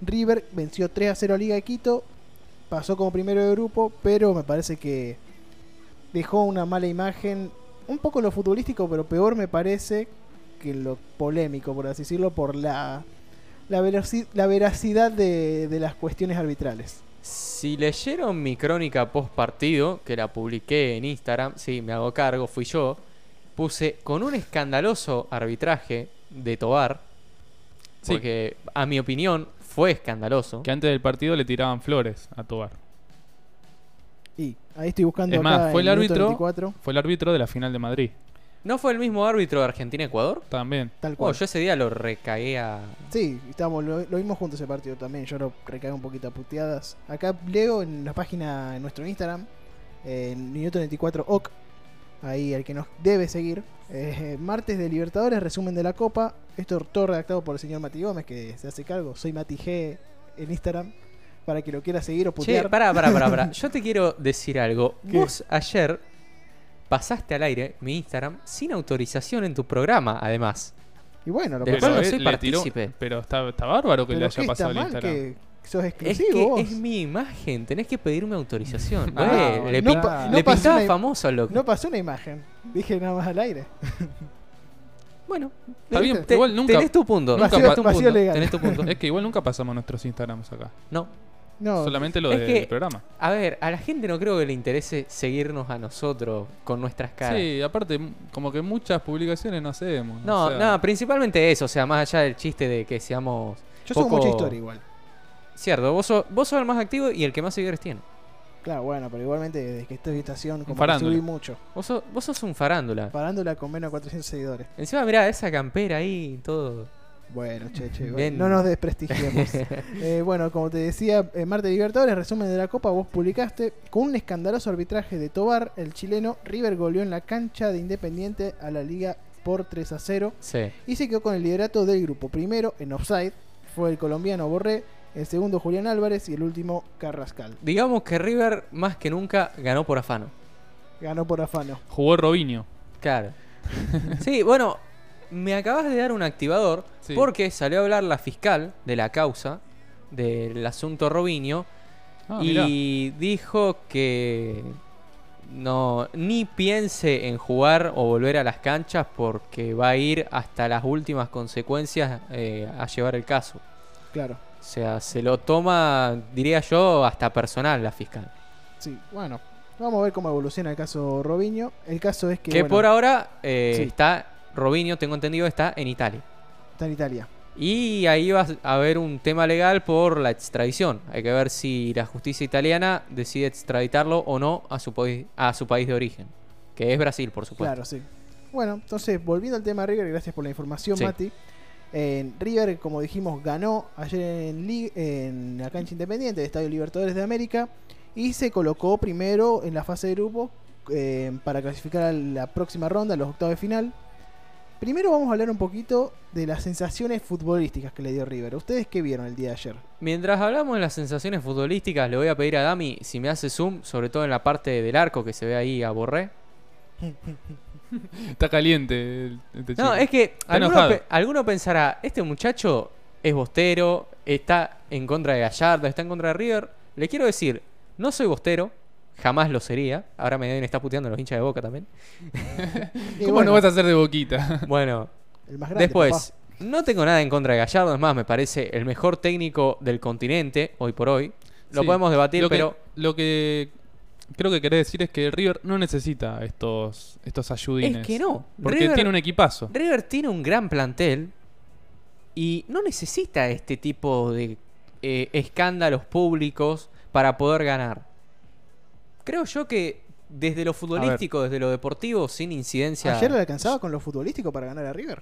River venció 3 a 0 a Liga de Quito, pasó como primero de grupo, pero me parece que dejó una mala imagen, un poco en lo futbolístico, pero peor me parece que en lo polémico, por así decirlo, por la, la, veloci- la veracidad de, de las cuestiones arbitrales. Si leyeron mi crónica post partido, que la publiqué en Instagram, sí, me hago cargo, fui yo, puse con un escandaloso arbitraje de Tobar, Sí. porque a mi opinión fue escandaloso. Que antes del partido le tiraban flores a Tobar. Y ahí estoy buscando... Es acá más, fue el minuto árbitro. 24, Fue el árbitro de la final de Madrid. ¿No fue el mismo árbitro de Argentina-Ecuador? También. tal cual. Bueno, yo ese día lo recagué a... Sí, estábamos, lo, lo vimos juntos ese partido también. Yo lo recagué un poquito a puteadas. Acá leo en la página, en nuestro Instagram, eh, en minuto 24 OC, ahí el que nos debe seguir. eh, martes de Libertadores, resumen de la Copa. Esto todo redactado por el señor Mati Gómez, que se hace cargo. Soy Mati G en Instagram, para que lo quiera seguir o Che, putear. pará, pará, pará, pará. Yo te quiero decir algo. ¿Qué? Vos ayer pasaste al aire mi Instagram sin autorización en tu programa, además. y bueno, lo Del pasó. cual no eh, soy le tiró- partícipe. pero está, está bárbaro que Pero le ¿qué haya está pasado el mal Instagram. que sos Es exclusivo que Pues vos? es mi imagen, tenés que pedirme autorización. Ah, Güey, bueno, le, no pin- pa- le no pasó pintaba una- famoso al loco. No pasó una imagen. Dije nada más al aire. Bueno, Está ¿Viste? bien, igual nunca. tenés tu punto. nunca Vacío- pasó un vacío punto. legal. Tenés tu punto. Es que igual nunca pasamos nuestros Instagrams acá. No. No, Solamente lo Es del que- programa. A ver, a la gente no creo que le interese seguirnos a nosotros con nuestras caras. Sí, aparte, m- como que muchas publicaciones no hacemos. No, o sea, no, principalmente eso, o sea, más allá del chiste de que seamos... yo subo poco- mucha historia igual. Cierto, vos sos, vos sos el más activo y el que más seguidores tiene. Claro, bueno, pero igualmente desde que estoy en estación como que farándula. subí mucho. Vos sos, vos sos un farándula. Parándola con menos de 400 seguidores. Encima, mirá, esa campera ahí, todo. Bueno, che, che, bueno, Bien. no nos desprestigiemos. Eh, bueno, como te decía, eh, Marte Libertadores, resumen de la Copa, vos publicaste con un escandaloso arbitraje de Tobar, el chileno, River goleó en la cancha de Independiente a la Liga por 3 a 0 Sí. y se quedó con el liderato del grupo. Primero, en offside, fue el colombiano Borré, el segundo Julián Álvarez y el último Carrascal. Digamos que River, más que nunca, ganó por afano. Ganó por afano. Jugó Robinho. Claro. sí, bueno, me acabas de dar un activador Sí. porque salió a hablar la fiscal de la causa del asunto Robinho Ah, mirá. y dijo que no ni piense en jugar o volver a las canchas porque va a ir hasta las últimas consecuencias eh, a llevar el caso. Claro. O sea, se lo toma, diría yo, hasta personal la fiscal. Sí, bueno. Vamos a ver cómo evoluciona el caso Robinho. El caso es que que bueno, por ahora eh, Sí. está, Robinho, tengo entendido, está en Italia. está en Italia. Y ahí va a haber un tema legal por la extradición. Hay que ver si la justicia italiana decide extraditarlo o no a su, poi- a su país de origen, que es Brasil, por supuesto. Claro, sí. Bueno, entonces, volviendo al tema River, gracias por la información, Sí. Mati. En River, como dijimos, ganó ayer en, li- en la cancha independiente del Estadio Libertadores de América y se colocó primero en la fase de grupo eh, para clasificar a la próxima ronda, a los octavos de final. Primero vamos a hablar un poquito de las sensaciones futbolísticas que le dio River. ¿Ustedes qué vieron el día de ayer? Mientras hablamos de las sensaciones futbolísticas, le voy a pedir a Dami si me hace zoom, sobre todo en la parte del arco que se ve ahí a Borré. Está caliente el- este No, chico. es que alguno, enojado. pe- alguno pensará, este muchacho es bostero, está en contra de Gallardo, está en contra de River. Le quiero decir, no soy bostero, jamás lo sería. Ahora me deben estar puteando los hinchas de boca también. Y ¿Cómo Eh, bueno, no vas a hacer de boquita? Bueno, el más grande, después, no tengo nada en contra de Gallardo, es más, me parece el mejor técnico del continente hoy por hoy. Lo Sí. podemos debatir, Lo que- pero Lo que creo que querés decir es que River no necesita estos, estos ayudines. es que no. Porque River, tiene un equipazo. River tiene un gran plantel y no necesita este tipo de eh, escándalos públicos para poder ganar. Creo yo que desde lo futbolístico, desde lo deportivo, sin incidencia. Pa. Ayer le alcanzaba con lo futbolístico para ganar a River.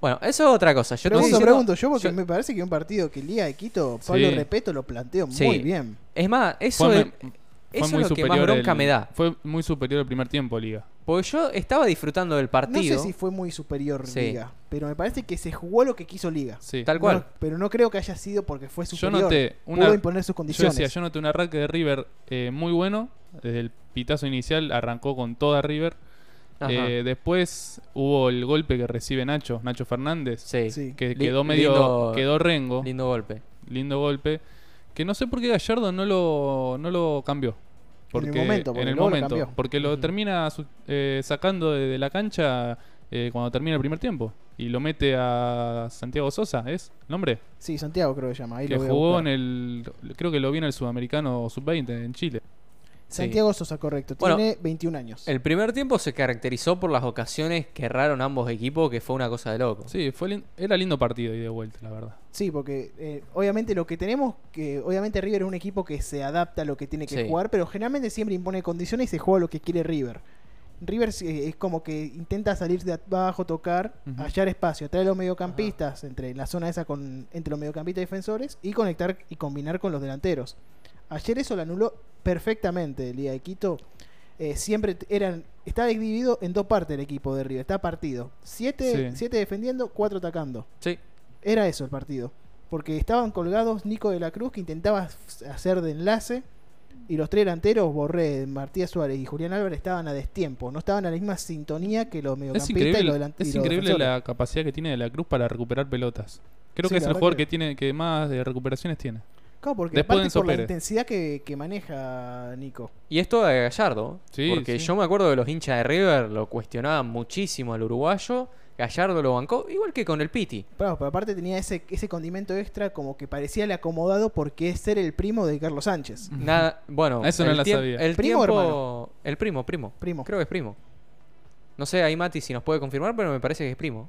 Bueno, eso es otra cosa. Yo pregunto, estoy diciendo- pregunto yo porque yo- me parece que un partido que Liga de Quito, Sí. Pablo Repeto lo planteó muy Sí. bien. Es más, eso, Fue de- muy- fue eso es muy lo que más superior bronca el- me da. Fue muy superior el primer tiempo, Liga. Porque yo estaba disfrutando del partido. No sé si fue muy superior Sí. Liga, pero me parece que se jugó lo que quiso Liga. Sí. Tal cual. No, pero no creo que haya sido porque fue Yo superior. noté Pudo una, imponer sus Yo condiciones. decía, yo noté un arranque de River eh, muy bueno. Desde el pitazo inicial arrancó con toda River. Ajá. Eh, después hubo el golpe que recibe Nacho, Nacho Fernández, sí. Sí. que Li- quedó medio. lindo- quedó rengo. Lindo golpe. lindo golpe. Que no sé por qué Gallardo no lo, no lo cambió. Porque, momento, porque en el luego lo momento, cambió. porque lo Ujú. termina su- eh, sacando de, de la cancha eh, cuando termina el primer tiempo. Y lo mete a Santiago Sosa, ¿es? ¿Nombre? Sí, Santiago creo que se llama. Ahí que lo voy a jugó buscar. en el. Creo que lo vi en el Sudamericano Sub-20 en Chile. Santiago Sosa, correcto. Bueno, Tiene 21 años. El primer tiempo se caracterizó por las ocasiones que erraron ambos equipos, que fue una cosa de loco. Sí, fue lin- era lindo partido y de vuelta, la verdad. Sí, porque eh, obviamente lo que tenemos, que obviamente River es un equipo que se adapta a lo que tiene que Sí. jugar, pero generalmente siempre impone condiciones y se juega lo que quiere River. River eh, es como que intenta salir de abajo, tocar, Ujú. hallar espacio, traer a los mediocampistas entre la zona esa con entre los mediocampistas y defensores y conectar y combinar con los delanteros. Ayer eso lo anuló perfectamente el día de Quito. Eh, siempre t- eran está dividido en dos partes el equipo de River, está partido. Siete, Sí. siete defendiendo, cuatro atacando. Sí, Era eso el partido. Porque estaban colgados Nico de la Cruz, que intentaba f- hacer de enlace. Y los tres delanteros, Borré, Martínez Suárez y Julián Álvarez, estaban a destiempo. No estaban a la misma sintonía que los Es mediocampistas y los increíble, delan- y es los increíble defensores. la capacidad que tiene de la Cruz para recuperar pelotas. Creo Sí, que es la el verdad jugador que- que tiene que más de recuperaciones tiene. Claro, porque después aparte Enzo por la Pérez. intensidad que, que maneja Nico. y esto de Gallardo, Sí, porque sí. yo me acuerdo que los hinchas de River lo cuestionaban muchísimo al uruguayo, Gallardo lo bancó, igual que con el Piti. Claro, pero aparte tenía ese, ese condimento extra como que parecía el acomodado porque es ser el primo de Carlos Sánchez. Mm. Nada, bueno, Eso no el la tiemp- sabía. El ¿Primo o tiempo, hermano? el primo, primo. Primo. Creo que es primo. No sé, ahí Mati si nos puede confirmar, pero me parece que es primo.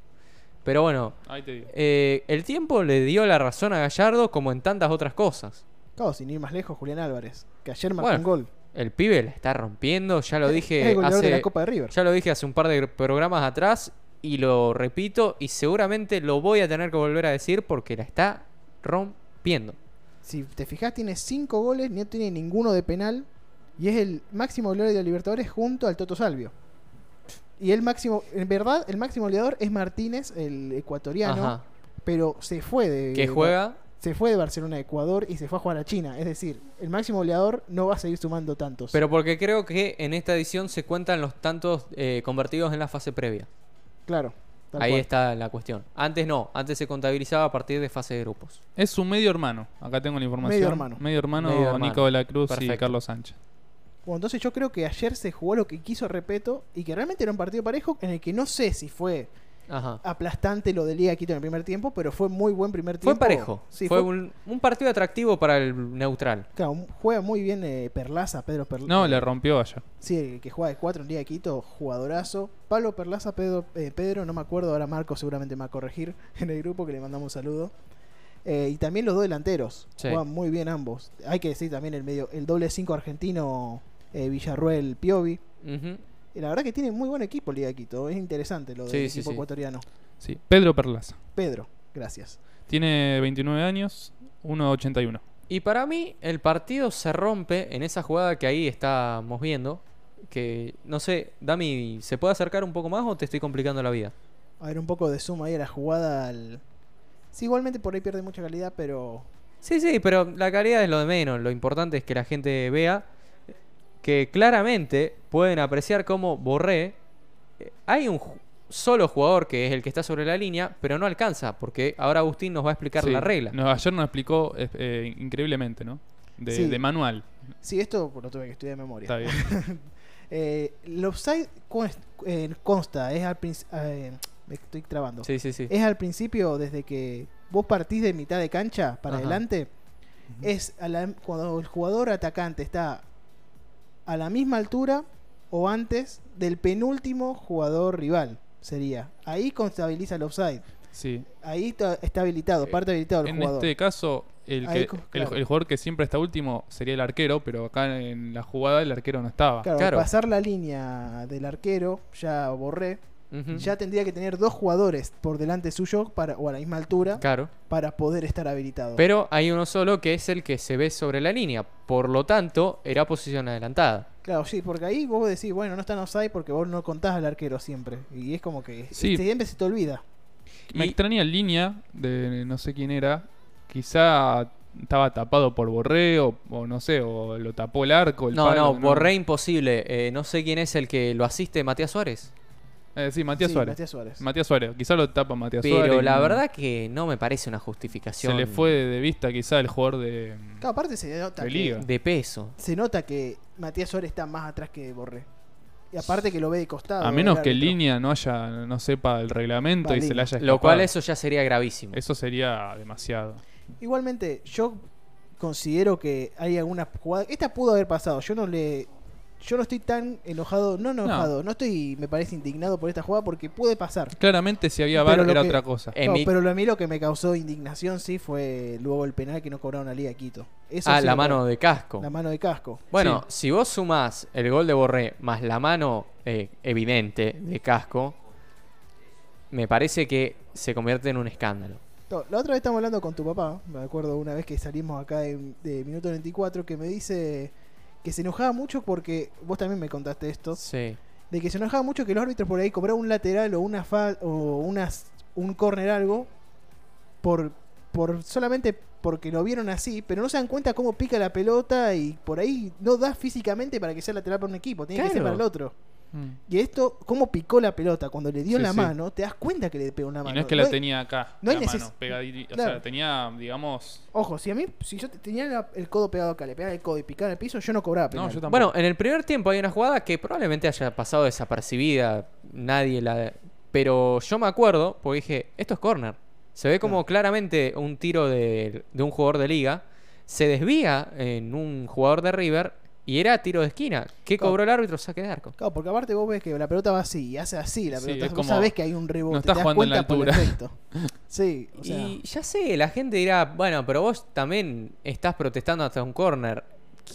Pero bueno, Ahí te digo. eh, el tiempo le dio la razón a Gallardo como en tantas otras cosas. Claro, sin ir más lejos, Julián Álvarez, que ayer marcó Bueno, un gol. El pibe la está rompiendo, ya lo Es el dije goleador de la hace Copa de River. ya lo dije hace un par de programas atrás y lo repito y seguramente lo voy a tener que volver a decir porque la está rompiendo. Si te fijas, tiene 5 goles, no tiene ninguno de penal. Y es el máximo goleador de Libertadores junto al Toto Salvio. Y el máximo, en verdad, el máximo goleador es Martínez, el ecuatoriano. Ajá. Pero se fue de. Que juega Se fue de Barcelona a Ecuador y se fue a jugar a China. Es decir, el máximo goleador no va a seguir sumando tantos. Pero porque creo que en esta edición se cuentan los tantos eh, convertidos en la fase previa. claro. tal Ahí cual. está la cuestión. Antes no, antes se contabilizaba a partir de fase de grupos. Es su medio hermano. Acá tengo la información. Medio hermano. Medio hermano, Medio hermano. Nico de la Cruz y Perfecto. Carlos Sánchez. Bueno, entonces yo creo que ayer se jugó lo que quiso Repeto y que realmente era un partido parejo en el que no sé si fue Ah, Ajá. aplastante lo de Liga de Quito en el primer tiempo, pero fue muy buen primer tiempo. Fue parejo. Sí, fue un, un partido atractivo para el neutral. Claro, un- juega muy bien eh, Perlaza, Pedro Perlaza. No, le rompió allá. Sí, el que juega de 4 en Liga de Quito, jugadorazo. Pablo Perlaza, Pedro, eh, Pedro, no me acuerdo, ahora Marco seguramente me va a corregir en el grupo que le mandamos un saludo. Eh, y también los dos delanteros, Sí. juegan muy bien ambos. Hay que decir también el medio, el doble 5 argentino eh, Villarruel Piovi. Ujú. Y la verdad que tiene muy buen equipo Liga de Quito, es interesante lo del Sí, sí, equipo sí. ecuatoriano. Sí. Pedro Perlaza. Pedro, gracias. Tiene 29 años, 1.81. Y para mí el partido se rompe en esa jugada que ahí estamos viendo. Que no sé, Dami, ¿se puede acercar un poco más o te estoy complicando la vida? A ver, un poco de suma ahí a la jugada. Al... Sí, igualmente por ahí pierde mucha calidad, pero Sí, sí, pero la calidad es lo de menos. Lo importante es que la gente vea que claramente pueden apreciar cómo Borré. eh, Hay un ju- solo jugador que es el que está sobre la línea, pero no alcanza, porque ahora Agustín nos va a explicar Sí. la regla. No, ayer nos explicó eh, eh, increíblemente, ¿no? De, Sí. de manual. sí, esto lo tuve que estudiar de memoria. Está bien. Eh, el offside cuest- eh, consta, es al principio. me estoy trabando. Sí, sí, sí. Es al principio, desde que vos partís de mitad de cancha para Ajá. adelante, es a la- cuando el jugador atacante está a la misma altura o antes del penúltimo jugador rival. Sería. Ahí constabiliza el offside. Sí. Ahí está, está habilitado, parte habilitado el en jugador. este caso, el, Ahí que- co- el- claro. el jugador que siempre está último sería el arquero, pero acá en la jugada el arquero no estaba. Claro, al Claro. pasar la línea del arquero, ya borré, Ujú. ya tendría que tener dos jugadores por delante suyo para, o a la misma altura Claro. para poder estar habilitado. Pero hay uno solo que es el que se ve sobre la línea. Por lo tanto, era posición adelantada. Claro, sí, porque ahí vos decís, bueno, no están offside porque vos no contás al arquero siempre. Y es como que Sí. siempre se te olvida. Me Y- extraña línea de no sé quién era. Quizá estaba tapado por Borré o, o no sé, o lo tapó el arco. el No, palo, no, Borré imposible. Eh, no sé quién es el que lo asiste, Matías Suárez. Eh, sí, Matías Sí, Suárez. Matías... Matías Suárez. Suárez. Quizá lo tapa Matías Pero Suárez. y la no- verdad que no me parece una justificación Se le fue de vista quizá el jugador de... Claro, aparte se nota, De que, liga. de peso. se nota que Matías Suárez está más atrás que Borré. Y aparte que lo ve de costado. A menos el que árbitro. Línea no haya, no sepa el reglamento y Valina. se le haya Lo cual escapado. eso ya sería gravísimo. Eso sería demasiado. Igualmente, yo considero que hay algunas jugadas. Esta pudo haber pasado. Yo no le. Yo no estoy tan enojado. No enojado. No, estoy, me parece, indignado por esta jugada porque puede pasar. Claramente si había Pero VAR lo era que- Eh, otra cosa. En No, mi- pero lo- a mí lo que me causó indignación, sí, fue luego el penal que no cobraron a Liga Quito. Eso ah, sí la lo- mano de casco. La mano de casco. Bueno, si vos sumás el gol de Borré más la mano eh, evidente de casco, me parece que se convierte en un escándalo. No, La otra vez estamos hablando con tu papá, me acuerdo una vez que salimos acá de, de Minuto 94, que me dice que se enojaba mucho porque, vos también me contaste esto, Sí. de que se enojaba mucho que los árbitros por ahí cobraban un lateral o una fal o unas, un corner algo por, por solamente porque lo vieron así, pero no se dan cuenta cómo pica la pelota y por ahí no da físicamente para que sea lateral para un equipo, tiene que ser Claro. para el otro. Mm. Y esto, cómo picó la pelota, cuando le dio Sí, la sí. mano, te das cuenta que le pegó una mano. Y no es que la No hay- tenía acá, no hay la neces- mano, pegadita. O Claro. sea, tenía, digamos... Ojo, si a mí, si yo te- tenía la- el codo pegado acá, le pegaba el codo y picaba en el piso, yo no cobraba. No, penal. yo tampoco. Bueno, en el primer tiempo hay una jugada que probablemente haya pasado desapercibida, nadie la... Pero yo me acuerdo, porque dije, esto es corner. Se ve como claramente un tiro de, de un jugador de liga, se desvía en un jugador de River y era tiro de esquina. ¿Qué Claro. cobró el árbitro? Saque de arco. Claro, porque aparte vos ves que la pelota va así y hace así la Sí, pelota. es vos como- sabés que hay un rebote. no estás te das jugando en cuenta la por el altura. efecto. Sí, o sea, Y ya sé, la gente dirá, bueno, pero vos también estás protestando hasta un corner.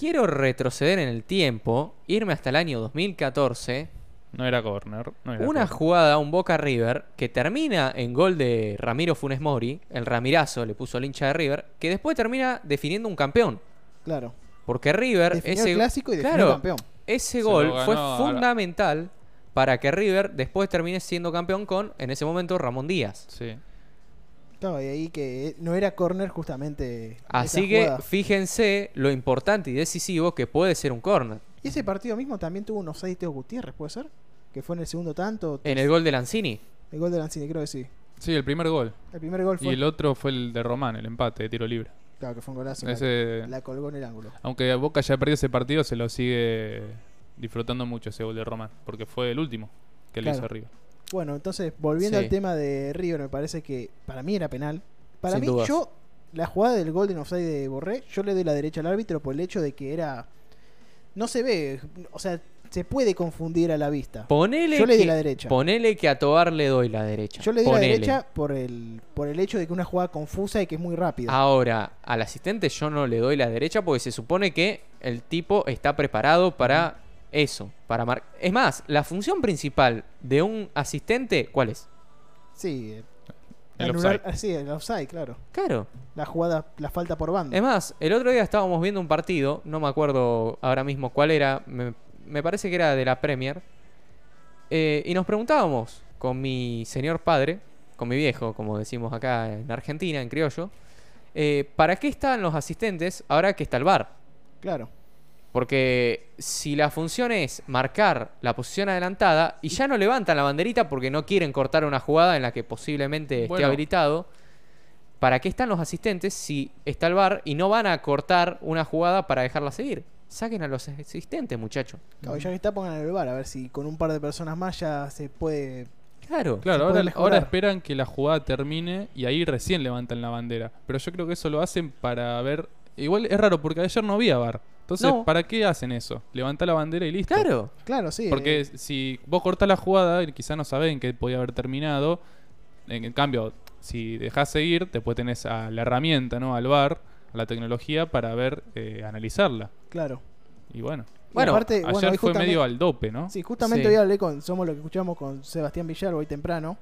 Quiero retroceder en el tiempo, irme hasta el año 2014, No era corner. No era una corner. jugada, un Boca River, que termina en gol de Ramiro Funes Mori, el Ramirazo le puso al hincha de River, que después termina definiendo un campeón. claro. Porque River, Definió ese, el clásico y definió Claro, el campeón. ese Se gol lo ganó fue a- fundamental para que River después termine siendo campeón con, en ese momento, Ramón Díaz. Sí. Claro, y ahí que no era corner justamente. Así esa que jugada. fíjense lo importante y decisivo que puede ser un corner. Y ese partido mismo también tuvo unos 6 Teo Gutiérrez, ¿puede ser? Que fue en el segundo tanto. En el gol de Lanzini. El gol de Lanzini, creo que sí. Sí, el primer gol. El primer gol Y fue. el otro fue el de Román, el empate de tiro libre. Claro, que fue un golazo. la- Ese, La, colgó en el ángulo. Aunque Boca ya perdió ese partido, se lo sigue disfrutando mucho ese gol de Román. Porque fue el último que le Claro. hizo a River. Bueno, entonces, volviendo Sí. al tema de River, me parece que para mí era penal. Para Sin mí, dudas. yo, la jugada del Golden Offside de Borré, yo le doy la derecha al árbitro por el hecho de que era. No se ve, o sea, se puede confundir a la vista. Ponele Yo le di que, la derecha. Ponele que a Tobar le doy la derecha. yo le doy Ponele. la derecha por el, por el hecho de que una jugada confusa y que es muy rápida. Ah. Ahora, al asistente yo no le doy la derecha porque se supone que el tipo está preparado para eso. Para mar- es más, la función principal de un asistente, ¿cuál es? Sí, eh, El anular- offside. ah, sí, el offside, claro. Claro. La jugada, la falta por banda. Es más, el otro día estábamos viendo un partido, no me acuerdo ahora mismo cuál era, me, me parece que era de la Premier, eh, y nos preguntábamos con mi señor padre, con mi viejo, como decimos acá en Argentina, en criollo, eh, ¿para qué están los asistentes ahora que está el VAR? Claro. Porque si la función es marcar la posición adelantada y ya no levantan la banderita porque no quieren cortar una jugada en la que posiblemente esté Bueno. habilitado, ¿para qué están los asistentes si está el bar y no van a cortar una jugada para dejarla seguir? Saquen a los asistentes, muchachos. Claro, ya que está, pongan el bar, a ver si con un par de personas más ya se puede. Claro. se Claro, puede ahora, mejorar. ahora esperan que la jugada termine y ahí recién levantan la bandera. Pero yo creo que eso lo hacen para ver. Igual es raro porque ayer no había VAR. Entonces, No. ¿para qué hacen eso? Levanta la bandera y listo. Claro. Claro, sí. Porque eh, si vos cortás la jugada, y quizás no saben que podía haber terminado. En en cambio, si dejás seguir, después tenés a la herramienta, ¿no? Al VAR, a la tecnología para ver, eh, analizarla. claro. Y bueno, Y Bueno, aparte, ayer bueno, ahí fue justamente- medio al dope, ¿no? Sí, justamente Sí. hoy hablé con, somos lo que escuchamos con Sebastián Villar hoy temprano,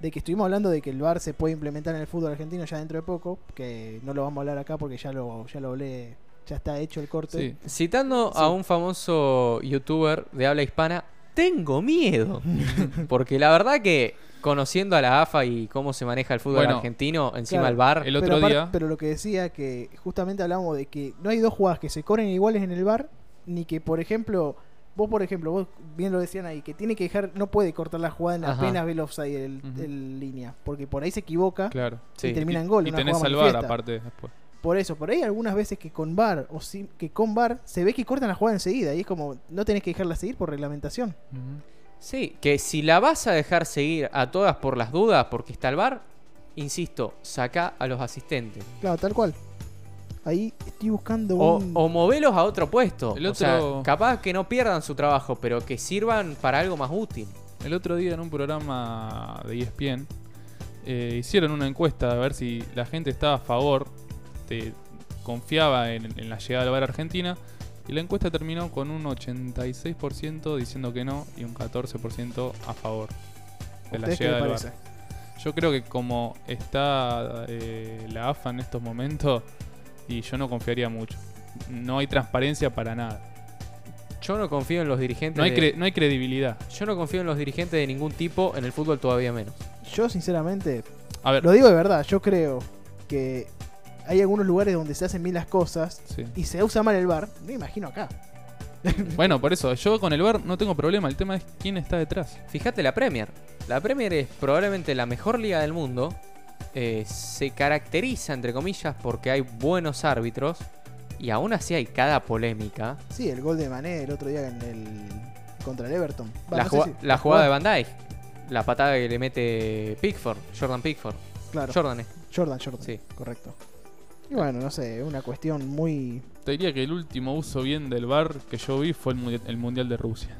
de que estuvimos hablando de que el VAR se puede implementar en el fútbol argentino ya dentro de poco, que no lo vamos a hablar acá porque ya lo, ya lo hablé, ya está hecho el corte. Sí. Citando a Sí. un famoso youtuber de habla hispana, tengo miedo. Porque la verdad que conociendo a la AFA y cómo se maneja el fútbol Bueno, argentino, encima claro, el bar, el otro pero, aparte- día- pero lo que decía que justamente hablamos de que no hay dos jugadas que se corren iguales en el VAR, ni que por ejemplo Vos, por ejemplo, vos bien lo decían ahí, que tiene que dejar, no puede cortar la jugada en Ajá. apenas ve el offside el, Ujú. el línea, porque por ahí se equivoca Claro. y Sí. termina en gol. Y una tenés jugada al VAR manifiesta. aparte después. Por eso, por ahí algunas veces que con VAR o sin- que con VAR se ve que cortan la jugada enseguida y es como no tenés que dejarla seguir por reglamentación. Sí, que si la vas a dejar seguir a todas por las dudas, porque está el bar, insisto, saca a los asistentes. Claro, tal cual. Ahí estoy buscando O, un... o movelos a otro puesto. El O sea, otro- capaz que no pierdan su trabajo, pero que sirvan para algo más útil. El otro día en un programa de E ESPN eh, hicieron una encuesta a ver si la gente estaba a favor, de- confiaba en, en la llegada del VAR a Argentina. Y la encuesta terminó con un 86% diciendo que no y un 14% a favor de la ¿Ustedes qué llegada les del parece? VAR. Yo creo que como está eh, la AFA en estos momentos, y yo no confiaría mucho. No hay transparencia para nada. Yo no confío en los dirigentes. No Eh. hay, de- cre- no hay credibilidad. Yo no confío en los dirigentes de ningún tipo, en el fútbol todavía menos. Yo sinceramente A ver, Lo digo de verdad, yo creo que hay algunos lugares donde se hacen bien las cosas sí. y se usa mal el bar. Me imagino acá. Bueno, por eso, yo con el VAR no tengo problema, el tema es quién está detrás. Fíjate la Premier. La Premier es probablemente la mejor liga del mundo. Eh, se caracteriza, entre comillas, porque hay buenos árbitros. Y aún así hay cada polémica. Sí, el gol de Mané el otro día en el contra el Everton. Va, la, no sé jugada- si- la jugada de Van Dijk. La patada que le mete Pickford. Jordan Pickford. claro, Jordan, eh. Jordan, Jordan. Sí. Correcto. Y bueno, no sé, una cuestión muy Te diría que el último uso bien del VAR que yo vi fue el, mu- el Mundial de Rusia.